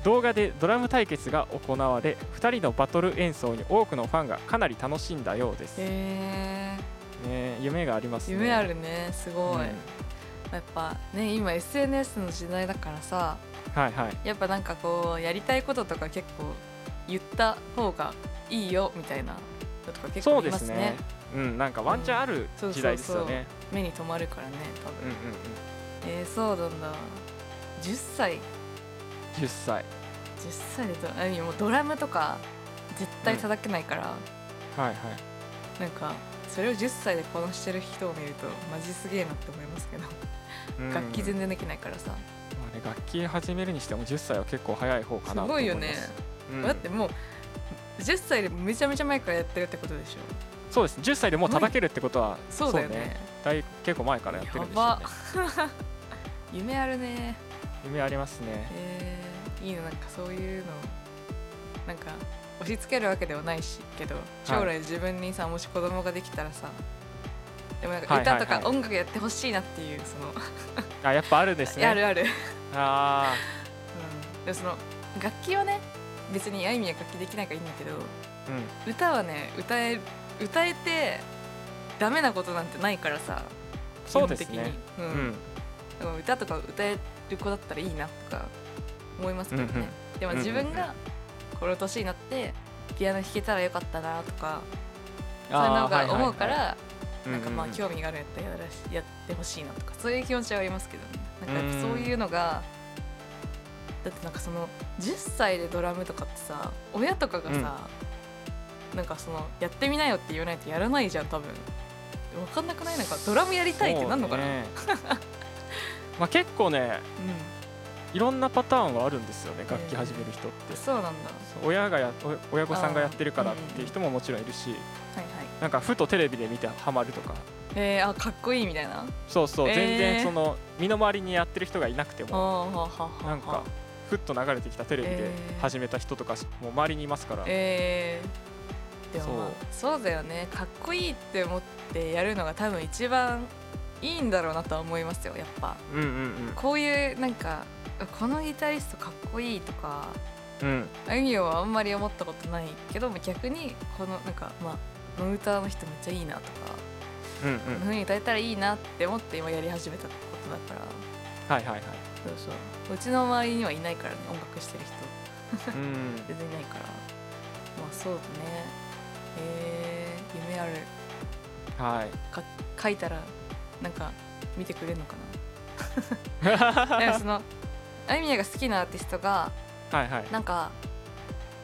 [SPEAKER 3] 動画でドラム対決が行われ2人のバトル演奏に多くのファンがかなり楽しんだようです、ね
[SPEAKER 1] え
[SPEAKER 3] え、夢があります
[SPEAKER 1] ー
[SPEAKER 3] ね
[SPEAKER 1] 夢あるねすごい
[SPEAKER 3] うん
[SPEAKER 1] やっぱね今 SNS の時代だからさ
[SPEAKER 3] はいはい
[SPEAKER 1] やっぱなんかこうやりたいこととか結構言った方がいいよみたいなのとか結
[SPEAKER 3] そ
[SPEAKER 1] 構
[SPEAKER 3] う
[SPEAKER 1] い
[SPEAKER 3] で
[SPEAKER 1] ますす
[SPEAKER 3] ね
[SPEAKER 1] ね
[SPEAKER 3] うんなんかワンチャンある
[SPEAKER 1] そうそうそう
[SPEAKER 3] 時代ですよね
[SPEAKER 1] 目に留まるからね多
[SPEAKER 3] うん
[SPEAKER 1] 分、
[SPEAKER 3] うんうん
[SPEAKER 1] えー、そうなんだ10歳10
[SPEAKER 3] 10歳
[SPEAKER 1] 歳でドラもうドラムとか絶対叩けないから、
[SPEAKER 3] はいはい
[SPEAKER 1] なんかそれを10歳でこなしてる人を見るとマジすげえなって思いますけど、
[SPEAKER 3] うん
[SPEAKER 1] 楽器全然できないからさ、
[SPEAKER 3] まあね楽器始めるにしても10歳は結構早い方かなと思い
[SPEAKER 1] す
[SPEAKER 3] ます
[SPEAKER 1] ごいよね、
[SPEAKER 3] うん
[SPEAKER 1] だってもう10歳でめちゃめちゃ前からやってるってことでしょ
[SPEAKER 3] そうです10歳でもう叩けるってことは
[SPEAKER 1] そうだよね
[SPEAKER 3] だい結構前からやってるんでしょう
[SPEAKER 1] やば
[SPEAKER 3] ね
[SPEAKER 1] 夢あるね
[SPEAKER 3] 夢ありますね
[SPEAKER 1] えー、いいのなんかそういうのなんか押し付けるわけではないしけど将来自分にさ、もし子供ができたらさでもなんか
[SPEAKER 3] はいはいは
[SPEAKER 1] 歌
[SPEAKER 3] い
[SPEAKER 1] とか音楽やってほしいなっていうその、
[SPEAKER 3] あやっぱあるんですね
[SPEAKER 1] あるある、
[SPEAKER 3] あ
[SPEAKER 1] うん、でもその楽器はね別にあいみは楽器できないからいいんだけど
[SPEAKER 3] ーうん
[SPEAKER 1] 歌はね歌え歌えてダメなことなんてないからさ
[SPEAKER 3] そうです
[SPEAKER 1] 基本
[SPEAKER 3] ね
[SPEAKER 1] 的に、う
[SPEAKER 3] う
[SPEAKER 1] ん
[SPEAKER 3] ん
[SPEAKER 1] でも歌とか歌える子だったらいいなとか思いますけどね、
[SPEAKER 3] うんうん
[SPEAKER 1] でも
[SPEAKER 3] うんうんう
[SPEAKER 1] 自
[SPEAKER 3] ん
[SPEAKER 1] 分がこの年になってピアノ弾けたらよかったなとかそういう
[SPEAKER 3] あ
[SPEAKER 1] の
[SPEAKER 3] ーはい
[SPEAKER 1] が
[SPEAKER 3] はいはい
[SPEAKER 1] 思うからなんかまあ
[SPEAKER 3] うんうん
[SPEAKER 1] 興味があるんやったらやらしやってほしいなとかそういう気持ちはありますけどねなんかやっぱそういうのがだってなんかその10歳でドラムとかってさ親とかがさ、なんかそのやってみなよって言わないとやらないじゃん多分分かんなくないなんかドラムやりたいってなんのかな、
[SPEAKER 3] そうね まあ結構ねいろんなパターンはあるんですよね楽器始める人っ
[SPEAKER 1] う
[SPEAKER 3] て、
[SPEAKER 1] んそうなんだ
[SPEAKER 3] そう親がやお親御さんがやってるからっていう人ももちろんいるし、
[SPEAKER 1] はいはい
[SPEAKER 3] なんかふとテレビで見てハマるとか
[SPEAKER 1] えー、あかっこいいみたいな。
[SPEAKER 3] そうそう、
[SPEAKER 1] えー
[SPEAKER 3] 全然その身の回りにやってる人がいなくて
[SPEAKER 1] あ
[SPEAKER 3] も
[SPEAKER 1] あはあはあはあ
[SPEAKER 3] なんかふっと流れてきたテレビで
[SPEAKER 1] えー
[SPEAKER 3] 始めた人とかしもう周りにいますから、
[SPEAKER 1] えー、でも、まあ、そうだよねかっこいいって思ってやるのが多分一番いいんだろうなとは思いますよやっぱ
[SPEAKER 3] うんうん
[SPEAKER 1] こういうなんかこのギタリストかっこいいとか
[SPEAKER 3] うんうん
[SPEAKER 1] あゆみょんはあんまり思ったことないけども逆にこのなんかまあこの歌の人めっちゃいいなとか
[SPEAKER 3] うんうん
[SPEAKER 1] このふうに歌えたらいいなって思って今やり始めたことだから
[SPEAKER 3] はいはいはい
[SPEAKER 1] そうそううちの周りにはいないからね音楽してる人
[SPEAKER 3] うん
[SPEAKER 1] 出てないからまあそうだねえー、夢ある
[SPEAKER 3] はい
[SPEAKER 1] か書いたらなんか見てくれるのか ななんかそのあゆみやが好きなアーティストが
[SPEAKER 3] はいはい
[SPEAKER 1] なんか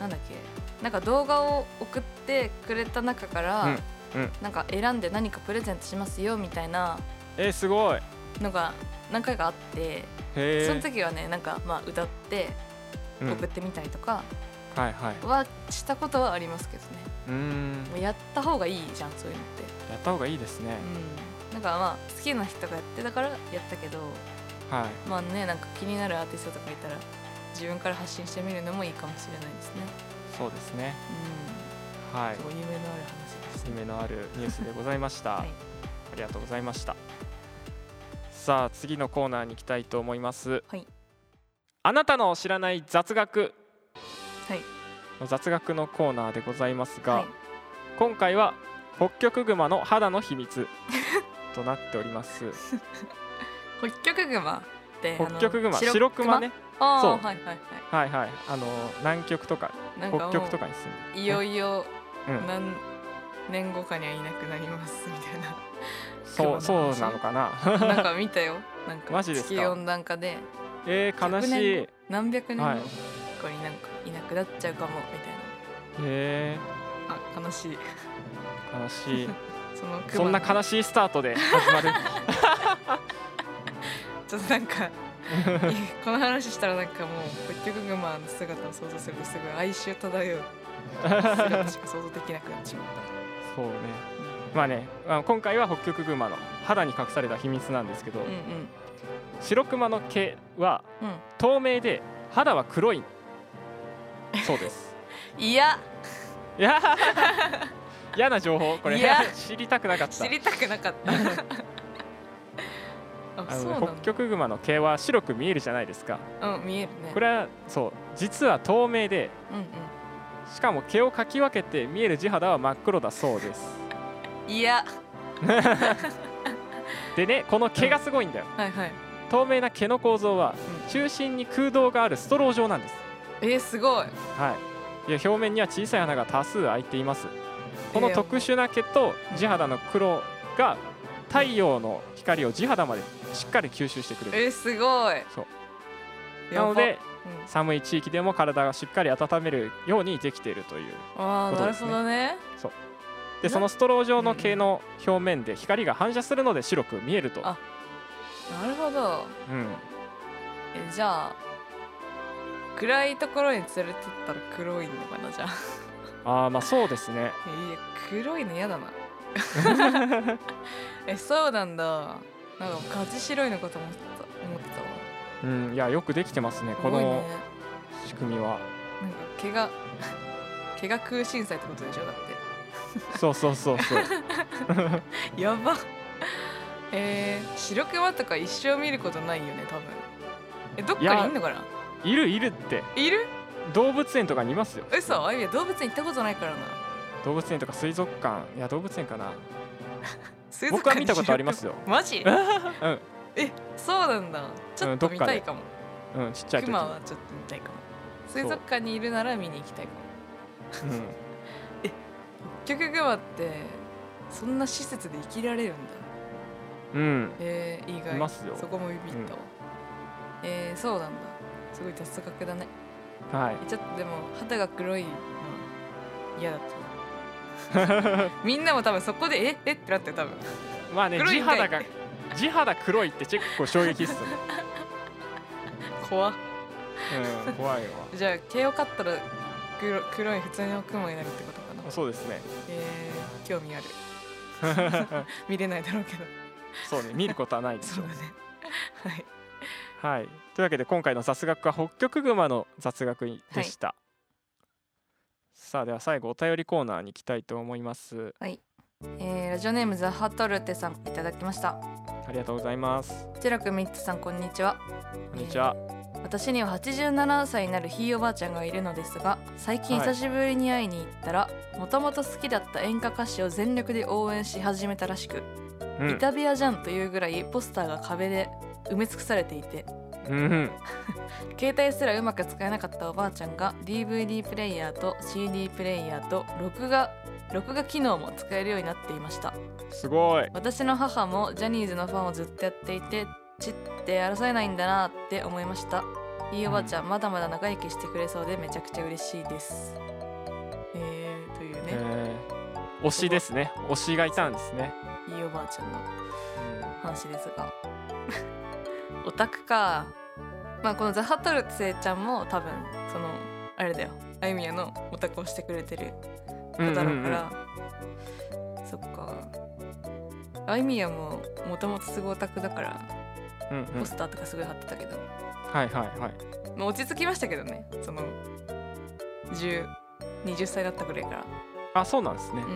[SPEAKER 1] なんだっけなんか動画を送ってくれた中から、
[SPEAKER 3] うんうん
[SPEAKER 1] なんか選んで何かプレゼントしますよみたいな
[SPEAKER 3] えーすごいへ
[SPEAKER 1] のが何回かあって、
[SPEAKER 3] え
[SPEAKER 1] その時はねなんかまあ歌って
[SPEAKER 3] うん
[SPEAKER 1] 送ってみたりとか
[SPEAKER 3] はいはい
[SPEAKER 1] はしたことはありますけどね、
[SPEAKER 3] うーん
[SPEAKER 1] もうやった方がいいじゃんそういうのって
[SPEAKER 3] やった方がいいですね、
[SPEAKER 1] うん、なんかまあ好きな人がやってたからやったけど
[SPEAKER 3] はい
[SPEAKER 1] まあねなんか気になるアーティストとかいたら自分から発信してみるのもいいかもしれないですね。
[SPEAKER 3] そうですね
[SPEAKER 1] う
[SPEAKER 3] は
[SPEAKER 1] ん、
[SPEAKER 3] い
[SPEAKER 1] すごい夢のある話ですね。
[SPEAKER 3] 夢のあるニュースでございました、
[SPEAKER 1] はい
[SPEAKER 3] ありがとうございましたさあ次のコーナーに行きたいと思います、
[SPEAKER 1] はい
[SPEAKER 3] あなたの知らない雑学
[SPEAKER 1] はい
[SPEAKER 3] の雑学のコーナーでございますが、
[SPEAKER 1] はい
[SPEAKER 3] 今回は北極熊の肌の 秘密となっております
[SPEAKER 1] 北極熊って
[SPEAKER 3] 北極
[SPEAKER 1] あの
[SPEAKER 3] 熊白熊ね
[SPEAKER 1] あ
[SPEAKER 3] そう
[SPEAKER 1] あはいはいはい
[SPEAKER 3] はいはいあの南極とか
[SPEAKER 1] なんかも
[SPEAKER 3] 北
[SPEAKER 1] う
[SPEAKER 3] 極とかに住んでる
[SPEAKER 1] いよいよ、
[SPEAKER 3] うん
[SPEAKER 1] なん年後かにはいなくなりますみたいな
[SPEAKER 3] そうそうなの かな
[SPEAKER 1] なんか見たよなん
[SPEAKER 3] マ
[SPEAKER 1] か
[SPEAKER 3] ジ
[SPEAKER 1] 地
[SPEAKER 3] ですか
[SPEAKER 1] 球温暖化で
[SPEAKER 3] えー、悲
[SPEAKER 1] 100
[SPEAKER 3] しい
[SPEAKER 1] 年後何百年後
[SPEAKER 3] はい
[SPEAKER 1] かになんかいなくなっちゃうかもみ
[SPEAKER 3] え
[SPEAKER 1] たいなあ悲しい
[SPEAKER 3] ー、悲しい
[SPEAKER 1] そのク
[SPEAKER 3] そん
[SPEAKER 1] マ
[SPEAKER 3] な
[SPEAKER 1] の
[SPEAKER 3] 悲しいスタート で始まる
[SPEAKER 1] ちょっと なんかこの話したらなんかもう結局グマの姿を想像するとすごい哀愁漂 う姿しか想像できなくなっちまっ
[SPEAKER 3] そうねまあねあ今回は北極グマの肌に隠された秘密なんですけど、
[SPEAKER 1] た。うんうん
[SPEAKER 3] 白クマの毛は
[SPEAKER 1] うん
[SPEAKER 3] 透明で肌は黒いそうです
[SPEAKER 1] いや
[SPEAKER 3] いや ー嫌な情報これ
[SPEAKER 1] いや
[SPEAKER 3] 知りたくなかった
[SPEAKER 1] 知りたくなかったあ
[SPEAKER 3] あ
[SPEAKER 1] そう
[SPEAKER 3] の
[SPEAKER 1] なん
[SPEAKER 3] ね
[SPEAKER 1] だ
[SPEAKER 3] 北極熊の毛は白く見えるじゃないですか
[SPEAKER 1] うん見えるね
[SPEAKER 3] これはそう実は透明で
[SPEAKER 1] うん
[SPEAKER 3] しかも毛をかき分けて見える地肌は真っ黒だそうです
[SPEAKER 1] うんいや
[SPEAKER 3] でねこの毛がすごいんだよ
[SPEAKER 1] はいはい
[SPEAKER 3] 透明な毛の構造は
[SPEAKER 1] う
[SPEAKER 3] 中心に空洞があるストロー状なんです
[SPEAKER 1] えー、すごい
[SPEAKER 3] はいで表面には小さい穴が多数開いていますこの
[SPEAKER 1] えー
[SPEAKER 3] 特殊な毛と地肌の黒が太陽の光を地肌までしっかり吸収してくれる
[SPEAKER 1] えー、すごい
[SPEAKER 3] そう
[SPEAKER 1] や
[SPEAKER 3] な
[SPEAKER 1] ば
[SPEAKER 3] ので
[SPEAKER 1] うん
[SPEAKER 3] 寒い地域でも体がしっかり温めるようにできているという
[SPEAKER 1] ああ
[SPEAKER 3] こと
[SPEAKER 1] な
[SPEAKER 3] で
[SPEAKER 1] る
[SPEAKER 3] す
[SPEAKER 1] ほ
[SPEAKER 3] ね
[SPEAKER 1] どね
[SPEAKER 3] でそのストロー状の毛の表面で光が反射するので白く見えると、
[SPEAKER 1] あなるほど
[SPEAKER 3] うん、
[SPEAKER 1] えじゃあ暗いところに連れてったら黒いのかなじゃあ
[SPEAKER 3] あーまあそうですね
[SPEAKER 1] いや黒いの嫌だ なえそうなんだなんかガチ白いのかと思ってた思ってたわ
[SPEAKER 3] うんいやよくできてますね
[SPEAKER 1] す
[SPEAKER 3] こ
[SPEAKER 1] ごい
[SPEAKER 3] の
[SPEAKER 1] ね
[SPEAKER 3] 仕組みは、
[SPEAKER 1] なんか毛が 毛が空心菜ってことでしょだっ
[SPEAKER 3] そうそうそうそう
[SPEAKER 1] てやばえー、白クマとか一生見ることないよね多分えどっかにいんのかない
[SPEAKER 3] るいるって
[SPEAKER 1] いる
[SPEAKER 3] 動物園とかにいますよ
[SPEAKER 1] 嘘あいや動物園行ったことないからな
[SPEAKER 3] 動物園とか水族館いや動物園かな
[SPEAKER 1] 水族
[SPEAKER 3] 僕は
[SPEAKER 1] 館
[SPEAKER 3] 見
[SPEAKER 1] に
[SPEAKER 3] たことありますよ、
[SPEAKER 1] マジ
[SPEAKER 3] うん
[SPEAKER 1] えそうなんだちょっと
[SPEAKER 3] うんどっ
[SPEAKER 1] 見
[SPEAKER 3] かで
[SPEAKER 1] たいかも、
[SPEAKER 3] うん、ちっちゃい時
[SPEAKER 1] クマはちょっと見たいかも水族館にいるなら見に行きたいかも
[SPEAKER 3] うん、
[SPEAKER 1] 結局クマってそんな施設で生きられるんだ
[SPEAKER 3] うん、
[SPEAKER 1] えー、意外
[SPEAKER 3] いますよ
[SPEAKER 1] そこもビビったわ、えー、そうなんだすごい雑学だね
[SPEAKER 3] はい
[SPEAKER 1] ちょっとでも肌が黒いの嫌だった みんなも多分そこでええってなって多分
[SPEAKER 3] まあね
[SPEAKER 1] 黒い
[SPEAKER 3] 地
[SPEAKER 1] んかい
[SPEAKER 3] 肌が地肌黒いって結構衝撃っすね、
[SPEAKER 1] 怖っ
[SPEAKER 3] うん、怖いわ
[SPEAKER 1] じゃあ毛を刈ったら黒黒い普通の雲になるってことかな
[SPEAKER 3] そうですね
[SPEAKER 1] えー、興味ある 見れないだろうけど
[SPEAKER 3] そうね見ることはないでし
[SPEAKER 1] そ
[SPEAKER 3] ょ
[SPEAKER 1] うだねはい
[SPEAKER 3] はい、というわけで今回の雑学は北極熊の雑学でした、さあでは最後お便りコーナーに行きたいと思います
[SPEAKER 1] えー、ラジオネームザハトルテさんいただきました
[SPEAKER 3] ありがとうございます
[SPEAKER 1] チェラクミッツさんこんにちは
[SPEAKER 3] こんにちは、
[SPEAKER 1] 私には87歳になるひいおばあちゃんがいるのですが最近
[SPEAKER 3] はい
[SPEAKER 1] 久しぶりに会いに行ったらもともと好きだった演歌歌手を全力で応援し始めたらしく、
[SPEAKER 3] うん
[SPEAKER 1] イタビアじゃんというぐらいポスターが壁で埋め尽くされていて
[SPEAKER 3] うん
[SPEAKER 1] 携帯すらうまく使えなかったおばあちゃんが DVD プレイヤーと CD プレイヤーと録画録画機能も使えるようになっていました
[SPEAKER 3] すごい
[SPEAKER 1] 私の母もジャニーズのファンをずっとやっていてちって争えないんだなって思いましたいいおばあちゃん、まだまだ長生きしてくれそうでめちゃくちゃ嬉しいですえー、というね、
[SPEAKER 3] えー推しですね推しがいたんですね、
[SPEAKER 1] いいおばあちゃんの話ですが オタクかまあこのザハトルセイちゃんも多分そのあれだよあゆみやのオタクをしてくれてる
[SPEAKER 3] うん
[SPEAKER 1] 子だろ
[SPEAKER 3] う
[SPEAKER 1] うんか
[SPEAKER 3] うん
[SPEAKER 1] ら、そっかあゆみやももともとすごいオタクだから
[SPEAKER 3] うんうん
[SPEAKER 1] ポスターとかすごい貼ってたけど、
[SPEAKER 3] はいはいはい
[SPEAKER 1] まあ、落ち着きましたけどねその1020歳だったぐらいから
[SPEAKER 3] あそうなんですね、
[SPEAKER 1] う
[SPEAKER 3] うん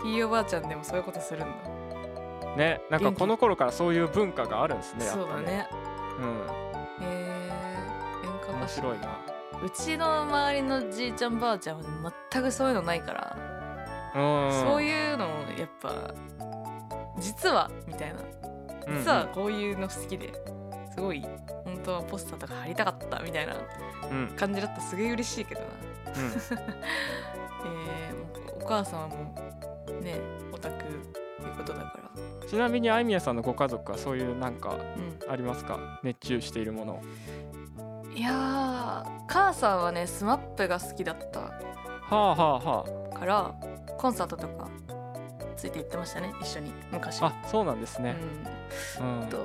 [SPEAKER 1] んひいおばあちゃんでもそういうことするんだ、
[SPEAKER 3] うんねなんかこの頃からそういう文化があるんですねやっぱ
[SPEAKER 1] そうだね
[SPEAKER 3] うん
[SPEAKER 1] えー、演歌
[SPEAKER 3] 面
[SPEAKER 1] 歌手
[SPEAKER 3] 白いな
[SPEAKER 1] うちの周りのじいちゃんばあちゃんは全くそういうのないから、
[SPEAKER 3] うん
[SPEAKER 1] そういうのをやっぱ実はみたいな実はこういうの好きですごい本当はポスターとか貼りたかったみたいな
[SPEAKER 3] うんうん
[SPEAKER 1] 感じだったらすげえ嬉しいけどな
[SPEAKER 3] うん
[SPEAKER 1] えー、もうお母さんはもうねオタクっていうことだから
[SPEAKER 3] ちなみにあいみやさんの ご家族はそういうなんか
[SPEAKER 1] う
[SPEAKER 3] ありますか熱中しているもの
[SPEAKER 1] んいやー母さんはね SMAP が好きだった
[SPEAKER 3] はあはあは
[SPEAKER 1] からコンサートとかついて行ってましたね一緒に昔
[SPEAKER 3] ああそうなんですね、うん
[SPEAKER 1] うん、と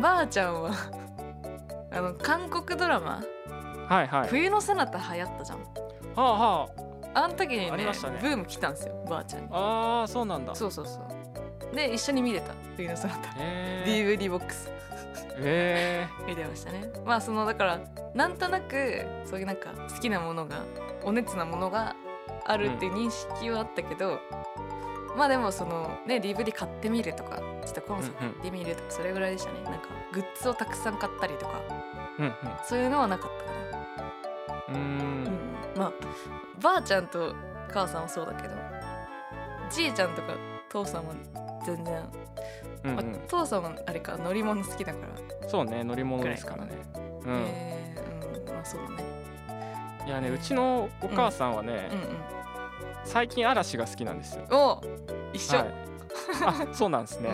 [SPEAKER 1] ばあちゃんは あの韓国ドラマ
[SPEAKER 3] はいは
[SPEAKER 1] 「
[SPEAKER 3] い
[SPEAKER 1] 冬のセナタ」流行ったじゃん
[SPEAKER 3] はあは
[SPEAKER 1] あの時に
[SPEAKER 3] あ
[SPEAKER 1] ね
[SPEAKER 3] りましたね
[SPEAKER 1] ブーム来たんですよばあちゃんに
[SPEAKER 3] ああーそうなんだ
[SPEAKER 1] そうそうそうで一緒に見れた冬のソナタ
[SPEAKER 3] えー、
[SPEAKER 1] DVD ボックス
[SPEAKER 3] え
[SPEAKER 1] 見てましたねまあそのだからなんとなくそういうなんか好きなものがお熱なものがあるっていう認識はあったけど、まあでもそのね DVD 買ってみるとかちょっとコンサート行ってみるとかそれぐらいでしたねなんかグッズをたくさん買ったりとか
[SPEAKER 3] ー、うん
[SPEAKER 1] そういうのはなかったかな
[SPEAKER 3] うんうーん
[SPEAKER 1] うんまあばあちゃんと母さんはそうだけどじいちゃんとか父さんは全然、
[SPEAKER 3] うんう
[SPEAKER 1] あ
[SPEAKER 3] ん
[SPEAKER 1] 父さんはあれか乗り物好きだから、
[SPEAKER 3] そうね乗り物ですからねうん、
[SPEAKER 1] えーうんまあそうだね
[SPEAKER 3] いやねうちのお母さんはね、
[SPEAKER 1] うん
[SPEAKER 3] 最近嵐が好きなんですよ
[SPEAKER 1] うんお一緒、
[SPEAKER 3] はい、あそうなんですね、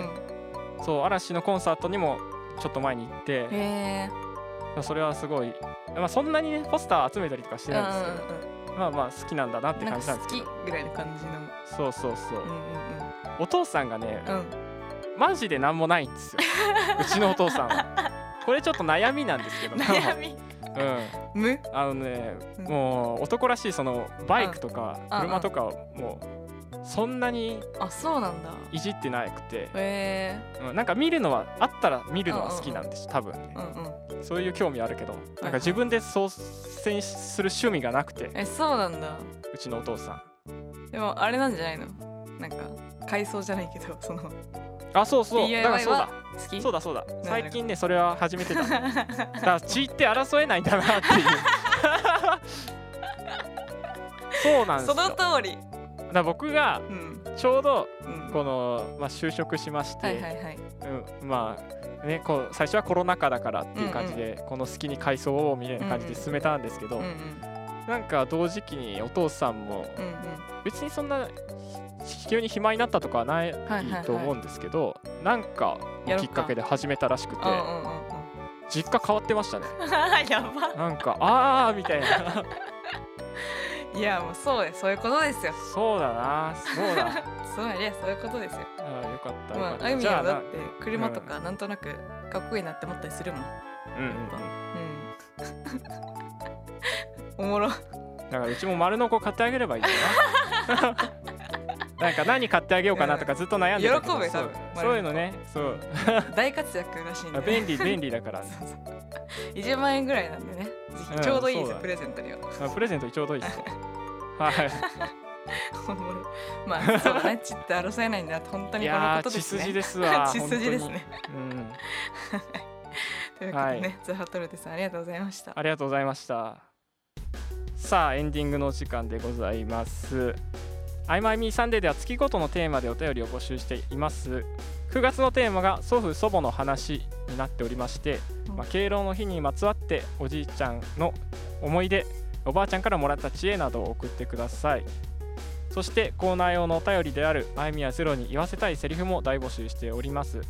[SPEAKER 3] そう嵐のコンサートにもちょっと前に行っ
[SPEAKER 1] うん、
[SPEAKER 3] て
[SPEAKER 1] え
[SPEAKER 3] それはすごい、まあ、そんなにねポスター集めたりとかして
[SPEAKER 1] ー、
[SPEAKER 3] ないんですけど、
[SPEAKER 1] うんうん
[SPEAKER 3] まあまあ好きなんだなって
[SPEAKER 1] うんな
[SPEAKER 3] 感
[SPEAKER 1] ん
[SPEAKER 3] じな
[SPEAKER 1] か
[SPEAKER 3] んで
[SPEAKER 1] 好
[SPEAKER 3] す
[SPEAKER 1] き
[SPEAKER 3] けど
[SPEAKER 1] ぐらいの感じの
[SPEAKER 3] そうそうそう、
[SPEAKER 1] うん
[SPEAKER 3] お父さんがね、
[SPEAKER 1] うんうん
[SPEAKER 3] マジで何もないんですようちのお父さ んはこれちょっと悩みなんですけ
[SPEAKER 1] う
[SPEAKER 3] ど
[SPEAKER 1] ん悩み
[SPEAKER 3] うん、
[SPEAKER 1] 無
[SPEAKER 3] あのね、
[SPEAKER 1] うん
[SPEAKER 3] もう男らしいそのバイクとか
[SPEAKER 1] うん
[SPEAKER 3] 車とかをもうそんなに
[SPEAKER 1] あそうなんだ
[SPEAKER 3] いじってなくて、
[SPEAKER 1] え
[SPEAKER 3] うん、なんか見るのはあったら見るのは好きなんです多分ね、
[SPEAKER 1] ー、うんうん
[SPEAKER 3] そういう興味あるけどなん
[SPEAKER 1] はい
[SPEAKER 3] か自分で操船する趣味がなくて
[SPEAKER 1] えそうなんだ
[SPEAKER 3] うちのお父さん
[SPEAKER 1] でもあれなんじゃないのなんか改装じゃないけど その
[SPEAKER 3] あそうそうだから
[SPEAKER 1] DIY
[SPEAKER 3] そうだ
[SPEAKER 1] は好き
[SPEAKER 3] そう
[SPEAKER 1] だ
[SPEAKER 3] だそうだ
[SPEAKER 1] ほど
[SPEAKER 3] 最近ねそれは始め てただから血って争えないんだなっていうそうなんです
[SPEAKER 1] そ
[SPEAKER 3] よ
[SPEAKER 1] の
[SPEAKER 3] だか
[SPEAKER 1] 通り
[SPEAKER 3] ら僕が
[SPEAKER 1] うん
[SPEAKER 3] ちょうど
[SPEAKER 1] うん
[SPEAKER 3] この、まあ、就職しまして、
[SPEAKER 1] はいはいはい
[SPEAKER 3] うん、まあねこう最初はコロナ禍だからっていう感じで、この好きに改装をみたいな感じで進めたんですけど、
[SPEAKER 1] うんうん
[SPEAKER 3] なんか同時期にお父さんも
[SPEAKER 1] うんうん
[SPEAKER 3] 別にそんな急に暇になったとかはない
[SPEAKER 1] はいはいはい
[SPEAKER 3] と思うんですけど、なんか
[SPEAKER 1] やろ
[SPEAKER 3] き
[SPEAKER 1] っか
[SPEAKER 3] っかけで始めたらしくて
[SPEAKER 1] うんうんうんうん
[SPEAKER 3] 実家変わって ましたね
[SPEAKER 1] やば
[SPEAKER 3] なんかあーみたいな
[SPEAKER 1] いやもうそうですそういうことですよ
[SPEAKER 3] そうだなそうだ
[SPEAKER 1] そうやねそういうことですよ
[SPEAKER 3] あーよかったよか
[SPEAKER 1] ま
[SPEAKER 3] っ
[SPEAKER 1] ああゆ
[SPEAKER 3] た
[SPEAKER 1] み
[SPEAKER 3] じゃ
[SPEAKER 1] は
[SPEAKER 3] あ
[SPEAKER 1] だ
[SPEAKER 3] な
[SPEAKER 1] って車とかなんとなくかっこいいなって思ったりするもん
[SPEAKER 3] うんうんうん
[SPEAKER 1] うん おもろ
[SPEAKER 3] だからうちも丸のこ買ってあげればいいよ な。なんか何買ってあげようかなとかずっと悩んでたけど
[SPEAKER 1] 喜ぶよ
[SPEAKER 3] そう
[SPEAKER 1] 多分
[SPEAKER 3] そういうのねそう
[SPEAKER 1] 大活躍らしいん
[SPEAKER 3] あ
[SPEAKER 1] で
[SPEAKER 3] 便利便利だから、ね、
[SPEAKER 1] 20万円ぐらいなんでねぜ
[SPEAKER 3] うん
[SPEAKER 1] ひちょうどいいです
[SPEAKER 3] そう
[SPEAKER 1] よ
[SPEAKER 3] だ
[SPEAKER 1] プレゼントには
[SPEAKER 3] あプレゼントにちょうどいいです ねは
[SPEAKER 1] おもろまあそうだねちって争えないんだって本当
[SPEAKER 3] いい
[SPEAKER 1] にこの
[SPEAKER 3] や
[SPEAKER 1] こ
[SPEAKER 3] ー
[SPEAKER 1] とで
[SPEAKER 3] 血
[SPEAKER 1] すね
[SPEAKER 3] 筋です わ
[SPEAKER 1] 血筋ですね
[SPEAKER 3] 本当にうん
[SPEAKER 1] ということでね、ズハトルテさんありがとうございました
[SPEAKER 3] ありがとうございましたさあエンディングのお時間でございますあいまいみーサンデーでは月ごとのテーマでお便りを募集しています9月のテーマが祖父祖母の話になっておりまして、まあ、敬老の日にまつわっておじいちゃんの思い出おばあちゃんからもらった知恵などを送ってくださいそしてコーナー用のお便りであるあいみやゼロに言わせたいセリフも大募集しております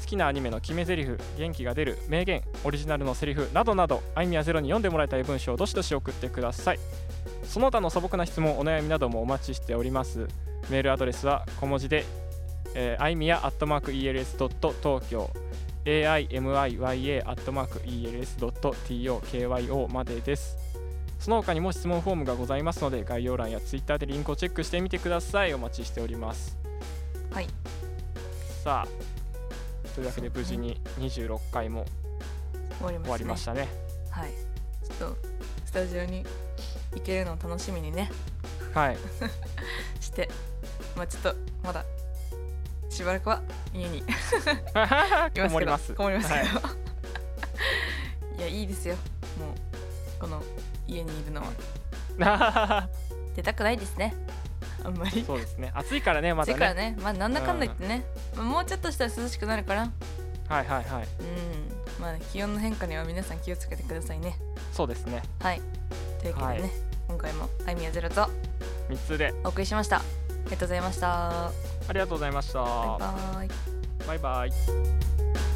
[SPEAKER 3] 好きなアニメの決め台詞元気が出る名言オリジナルのセリフなどなどあいみやゼロに読んでもらいたい文章をどしどし送ってくださいその他の素朴な質問お悩みなどもお待ちしておりますメールアドレスは小文字で、えー、あいみや @els.tokyo aimiya @els.tokyo までですその他にも質問フォームがございますので概要欄やツイッターでリンクをチェックしてみてくださいお待ちしております
[SPEAKER 1] はい
[SPEAKER 3] さあというわけで無事に26回も
[SPEAKER 1] 終わりました、ね、
[SPEAKER 3] 終わりましたね。
[SPEAKER 1] はいちょっとスタジオに行けるのを楽しみにね
[SPEAKER 3] はい、
[SPEAKER 1] してまあちょっとまだしばらくは家にいますけど
[SPEAKER 3] こもります。
[SPEAKER 1] こもりますけど、
[SPEAKER 3] は い、
[SPEAKER 1] い、やいいですよもうこの家にいるのは出たくないですねあんま り
[SPEAKER 3] そうですね。暑いからね、ま
[SPEAKER 1] だ
[SPEAKER 3] だ
[SPEAKER 1] から
[SPEAKER 3] ね。
[SPEAKER 1] ねまあなんだかんだ言ってね、まあもうちょっとしたら涼しくなるからうん
[SPEAKER 3] はいはいはい。
[SPEAKER 1] まあ気温の変化には皆さん気をつけてくださいね
[SPEAKER 3] そうですね。
[SPEAKER 1] はいというわけでね、
[SPEAKER 3] はい
[SPEAKER 1] 今回もあいみやゼロと
[SPEAKER 3] 3つで
[SPEAKER 1] お送りしましたありがとうございました
[SPEAKER 3] ありがとうございました
[SPEAKER 1] バイバイ
[SPEAKER 3] バイバイ